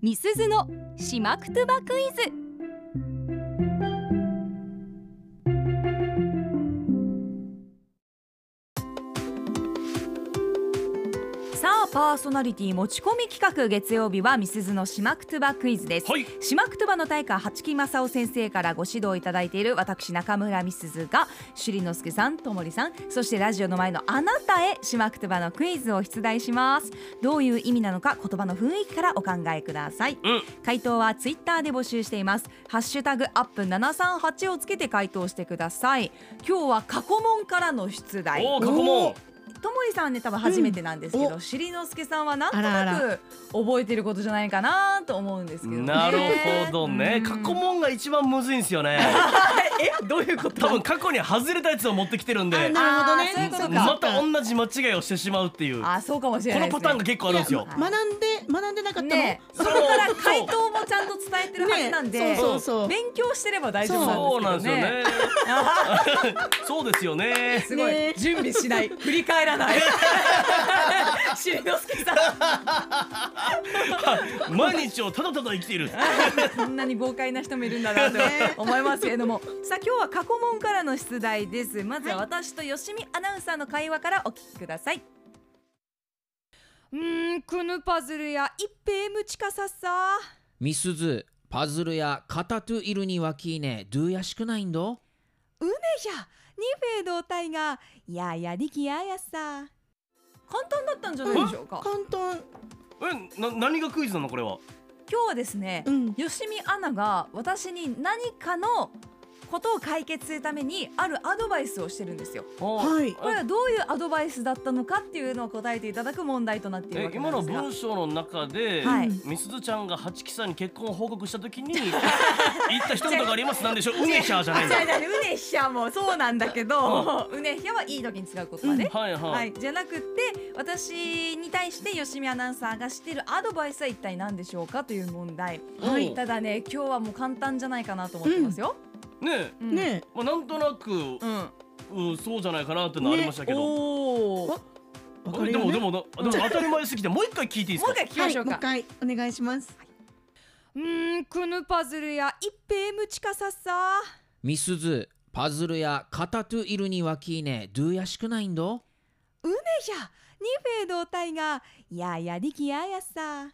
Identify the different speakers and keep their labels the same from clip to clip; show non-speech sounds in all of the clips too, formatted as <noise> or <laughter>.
Speaker 1: みすずのしまくとばクイズさあパーソナリティ持ち込み企画月曜日はみすずのしまくとばクイズです、
Speaker 2: はい
Speaker 1: しまくとばの大家八木正夫先生からご指導いただいている私中村みすずが朱里之助さんともりさんそしてラジオの前のあなたへしまくとばのクイズを出題しますどういう意味なのか言葉の雰囲気からお考えください、
Speaker 2: うん
Speaker 1: 回答はツイッターで募集していますハッシュタグアップ738をつけて回答してください今日は過去問からの出題
Speaker 2: おお過去問
Speaker 1: ともりさんね多分初めてなんですけど、しりのすけさんはなんと
Speaker 3: あ
Speaker 1: な
Speaker 3: らあ
Speaker 1: く覚えてることじゃないかなと思うんですけど、ね、
Speaker 2: なるほどね
Speaker 1: うん
Speaker 2: 過去問が一番むずいんですよね
Speaker 1: <laughs> えどういうこと
Speaker 2: 多分過去に外れたやつを持ってきてるんで
Speaker 3: なるほどね
Speaker 1: あーそういうことか
Speaker 2: また同じ間違いをしてしまうっていうこ
Speaker 1: あそうかもしれな
Speaker 2: の
Speaker 1: いです、ね、
Speaker 2: パターンが結構あるんですよ
Speaker 1: いや
Speaker 3: 学んで学んでなかったの、
Speaker 1: ねえ
Speaker 2: そ
Speaker 1: そうこから回答もちゃんと伝えてるはずなんで、
Speaker 3: ねえそうそうそう
Speaker 1: 勉強してれば大丈
Speaker 2: そ
Speaker 1: 夫
Speaker 2: うな
Speaker 1: なん
Speaker 2: ん
Speaker 1: で
Speaker 2: ですす
Speaker 1: けど
Speaker 2: よ
Speaker 1: ね
Speaker 2: ねそうです
Speaker 1: <laughs>
Speaker 2: よね
Speaker 1: すごい、
Speaker 3: ねえ
Speaker 1: 準備しない振り返ら
Speaker 3: <laughs>
Speaker 1: ないしりのすけさん
Speaker 2: 毎日をただただ生きている
Speaker 1: <laughs> こんなに豪快な人もいるんだなと思いますけれども、さあ今日は過去問からの出題です。まずは私と吉見アナウンサーの会話からお聞きください。うーん、クヌパズルや一平ムチカサッサ。
Speaker 4: みすず、パズルやカタトゥイルにわきいね、どうやしくないんど
Speaker 1: うねじゃ、ニフェ同体がややりきややさ。簡単だったんじゃないでしょうか。
Speaker 3: 簡単
Speaker 2: えな何がクイズなのこれは
Speaker 1: 今日はですね、
Speaker 3: うん
Speaker 1: 吉見アナが私に何かのことを解決するためにあるアドバイスをしてるんですよ。
Speaker 3: はい
Speaker 1: これはどういうアドバイスだったのかっていうのを答えていただく問題となっている
Speaker 2: え
Speaker 1: わけな
Speaker 2: 今
Speaker 1: んで
Speaker 2: の
Speaker 1: すが
Speaker 2: 文章の中で、
Speaker 1: はい
Speaker 2: みすずちゃんが八木さんに結婚を報告したと
Speaker 1: <laughs>
Speaker 2: きに言った一言がありますなんでしょううねしゃーじゃないんだ
Speaker 1: 違う違ううねひゃもそうなんだけどうねひゃはいい時に使う言葉ね、
Speaker 2: はいはい、
Speaker 1: はい、じゃなくて私に対して吉見アナウンサーがしてるアドバイスは一体何でしょうかという問題、
Speaker 2: はい
Speaker 1: ただね今日はもう簡単じゃないかなと思ってますよ、
Speaker 2: ねえ、
Speaker 1: うん
Speaker 3: ねえ
Speaker 2: まあ、なんとなく、
Speaker 1: うん、
Speaker 2: うん、そうじゃないかなってのはありましたけど、
Speaker 1: おおも
Speaker 3: わわかる
Speaker 2: で
Speaker 3: よ、ね、
Speaker 2: もでもなでも当たり前すぎてもう一回聞いていいです
Speaker 1: う
Speaker 2: か
Speaker 1: 一回聞きましょう
Speaker 3: はい、もう
Speaker 1: か
Speaker 3: 一、回お願いします
Speaker 1: うんクヌパズルや一平ムチカサッサ
Speaker 4: みすず、パズルやカタトゥイルにわきいね、どうやしくないんど
Speaker 1: じゃニフェ同体がややりきややさ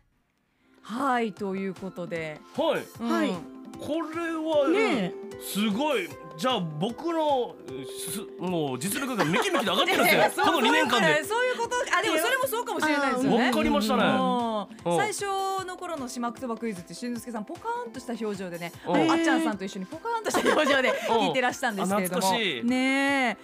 Speaker 1: はいということで、
Speaker 2: はい
Speaker 3: はい
Speaker 2: これは、
Speaker 3: ね
Speaker 2: すごいじゃあ僕のすもう実力がめきめきで上がってるんですよ
Speaker 1: そう
Speaker 2: 過去2年間で
Speaker 1: そういうことあでもそれもそうかもしれないですよね
Speaker 2: わかりましたね
Speaker 1: うん
Speaker 2: うん
Speaker 1: 最初の頃の「しまくとばクイズ」ってしんのすけさんポカーンとした表情でねあ
Speaker 2: うん
Speaker 1: あっちゃんさんと一緒にポカーンとした表情で
Speaker 2: うん
Speaker 1: 聞いてらしたんですけれども
Speaker 2: あ懐かしい
Speaker 1: ねえ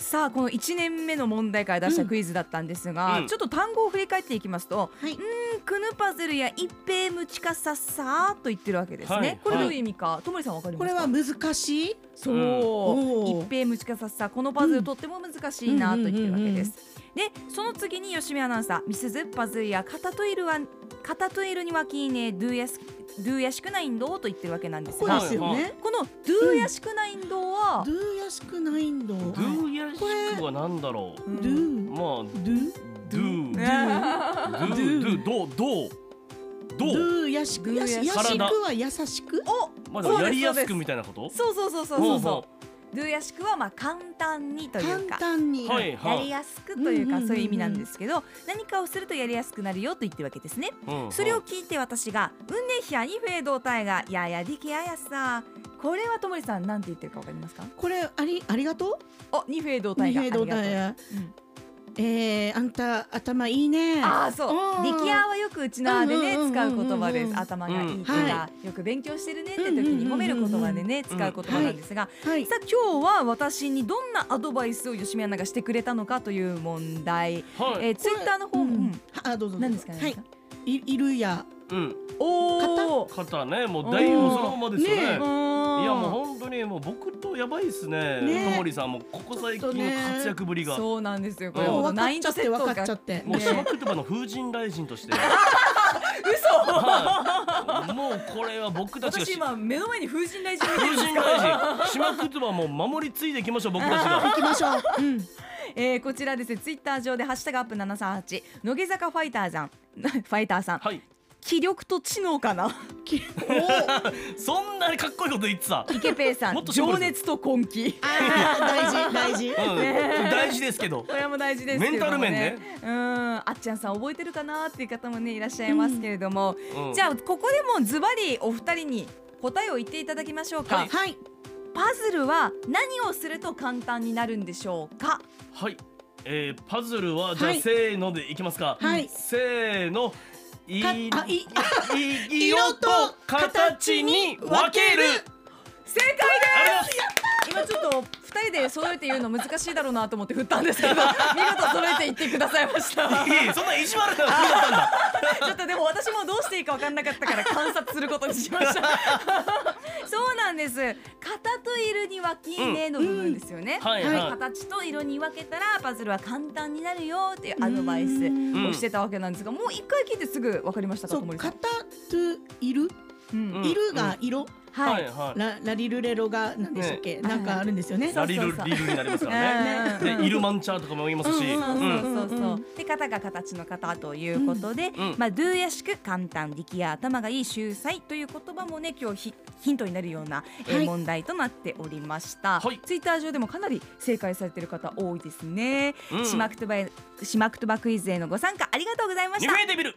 Speaker 1: さあこの1年目の問題から出したクイズだったんですが、
Speaker 2: うん
Speaker 1: ちょっと単語を振り返っていきますと
Speaker 3: はい
Speaker 1: 「クヌパズルや一平ムチカサッサー」と言ってるわけですね、
Speaker 2: はい
Speaker 1: これどういう意味かともりさんわかりま
Speaker 3: こ
Speaker 1: す
Speaker 3: れ
Speaker 1: か
Speaker 3: は難しい
Speaker 1: そう、
Speaker 3: おー
Speaker 1: 一平無知かさっさこのパズルとっても難しいなと言ってるわけです、でその次に吉見アナウンサーミスズパズルやカタトイルはカタトイルにはきいねドゥやすドゥやしくないんどうと言ってるわけなんです
Speaker 3: ここ
Speaker 1: が
Speaker 3: ですよね
Speaker 1: このドゥやしくないんどうは、
Speaker 3: どうやしくないん
Speaker 2: ド
Speaker 3: だ
Speaker 2: ゥヤシクは何だろ
Speaker 1: う
Speaker 3: ど
Speaker 1: ん
Speaker 2: う
Speaker 3: う
Speaker 2: まあ
Speaker 3: どう
Speaker 2: ドゥド
Speaker 3: ドゥ
Speaker 2: ゥドゥドゥどう
Speaker 3: ど
Speaker 2: どうどう
Speaker 3: うやしく
Speaker 1: どう
Speaker 3: やしやしくは優しく
Speaker 1: <laughs> お
Speaker 2: まあでもやりやすくみたいなこと
Speaker 1: そうそうそうそう
Speaker 2: ほ
Speaker 1: そうう
Speaker 2: ほ
Speaker 1: そうドゥやしくはまあ簡単にとい
Speaker 3: 簡
Speaker 1: うか
Speaker 3: 単に、
Speaker 2: うはい
Speaker 1: や
Speaker 2: は
Speaker 1: り
Speaker 2: い
Speaker 1: やすくという
Speaker 3: うんうん
Speaker 1: か
Speaker 3: うんうん
Speaker 1: そういう意味なんですけど何かをするとやりやすくなるよと言ってるわけですね
Speaker 2: うんうん
Speaker 1: それを聞いて私が「うんねひゃにフェードタイがややりきややさ」これはともりさんなんて言ってるかわかりますか
Speaker 3: これありありがと
Speaker 1: おニフェード
Speaker 3: う
Speaker 1: タイがあり
Speaker 3: 平
Speaker 1: がと
Speaker 3: 等
Speaker 1: う、
Speaker 3: だや
Speaker 1: うん
Speaker 3: えー、あんた頭いいね
Speaker 1: ああそう「
Speaker 3: ん
Speaker 1: 力きはよくうちのあでね
Speaker 3: うんうんうん
Speaker 1: 使う
Speaker 3: うんうん
Speaker 1: 言葉です頭がいいとか、
Speaker 3: うん
Speaker 1: よく勉強してるねって時に褒める言葉でね使う言葉なんですが、
Speaker 3: はい
Speaker 1: さあ今日は私にどんなアドバイスを吉見アナがしてくれたのかという問題、
Speaker 2: はい
Speaker 1: えー、ツイッターの方
Speaker 3: う
Speaker 1: も、
Speaker 3: ん、あどうぞどう
Speaker 1: う
Speaker 3: ぞ
Speaker 1: ん、何ですかね、
Speaker 3: はいいいるや
Speaker 2: うん
Speaker 1: おー
Speaker 2: 方ねもうだいぶそのままですよね
Speaker 3: ねえ
Speaker 2: いやもう本当にもう僕とやばいっすね
Speaker 3: ねえ
Speaker 2: タモリさんもここ最近の活躍ぶりが
Speaker 1: そうなんですよこれ
Speaker 2: うん
Speaker 3: もう
Speaker 1: もう
Speaker 3: 分かっちゃって
Speaker 1: ナイン
Speaker 3: 分
Speaker 1: セット
Speaker 3: かっ
Speaker 1: が
Speaker 3: ちゃって
Speaker 2: もう
Speaker 1: ね
Speaker 2: 島言葉の風神雷神
Speaker 1: <laughs>
Speaker 2: として
Speaker 1: 嘘
Speaker 2: はいもうこれは僕たちが
Speaker 1: 私
Speaker 2: し
Speaker 1: 今目の前に風神雷神見て
Speaker 2: 風
Speaker 1: るんです
Speaker 2: 神
Speaker 1: か <laughs>
Speaker 2: 雷神島言葉も守り継いでいきましょう僕たちが
Speaker 3: 行きましょう、うん、
Speaker 1: えーこちらですねツイッター上でハッシュタグアップ738乃木坂ファイターさん <laughs> ファイターさん
Speaker 2: はい
Speaker 1: 気力と知能かな
Speaker 2: そんなにかっこいいこと言ってた、
Speaker 1: イケペイさ
Speaker 2: も
Speaker 1: ん
Speaker 2: っとシンプ
Speaker 1: 情
Speaker 2: ルで
Speaker 1: 熱と根気
Speaker 3: あー大
Speaker 1: <laughs>
Speaker 3: 事大事
Speaker 2: うん、大事ですけど
Speaker 1: これも大事ですけれども、ね、
Speaker 2: メンタ
Speaker 1: うんあっちゃんさん覚えてるかなっていう方もねいらっしゃいますけれども、
Speaker 2: うん
Speaker 1: じゃあここでもズバリお二人に答えを言っていただきましょうか、
Speaker 3: はい
Speaker 1: パズルは何をすると簡単になるんでしょうか
Speaker 2: はい、えー、パズルはじゃあ、
Speaker 3: はい
Speaker 2: せーのでいきますか、
Speaker 3: はい
Speaker 2: せーのい
Speaker 3: かあい
Speaker 2: い色と形に分ける
Speaker 1: 正解です今ちょっと二人で揃えて言うの難しいだろうなと思って振ったん <laughs> ですけど見事揃えて言ってくださいました
Speaker 2: いえいえそんな意地悪な風だったんだ
Speaker 1: ちょっとでも私もどうしていいか分かんなかったから観察することにし <laughs> ましたそうなんです型と色に分けねの部分ですよね、
Speaker 2: うんはいはい
Speaker 1: 形と色に分けたらパズルは簡単になるよっていうアドバイスをしてたわけなんですがもう一回聞いてすぐ分かりましたか
Speaker 3: そ
Speaker 1: 小
Speaker 3: う
Speaker 1: 森さ
Speaker 3: 型
Speaker 1: ん、
Speaker 3: といる
Speaker 1: うん
Speaker 2: うん
Speaker 3: いるが色
Speaker 1: は
Speaker 2: はい
Speaker 1: い、
Speaker 2: はい
Speaker 3: ララリルレロが何でしたっけ
Speaker 1: ね
Speaker 3: なんかあるんですよね
Speaker 1: そ
Speaker 2: ラ
Speaker 1: う
Speaker 2: リルリルになりますからね
Speaker 1: うん
Speaker 2: でイルマンチャーとかも言いますし
Speaker 3: うん
Speaker 1: そう
Speaker 2: う
Speaker 1: そ
Speaker 2: ん
Speaker 1: うそうそううんで型が形の型ということで、
Speaker 2: うんうん
Speaker 1: まあ do やしく簡単力や頭がいい秀才という言葉もね今日ひヒントになるような、えー
Speaker 3: はい
Speaker 1: 問題となっておりました、
Speaker 2: はい
Speaker 1: ツイッター上でもかなり正解されてる方多いですね、
Speaker 2: うん
Speaker 1: しまくとばへしまくとばクイズへのご参加ありがとうございました
Speaker 2: 夢で見る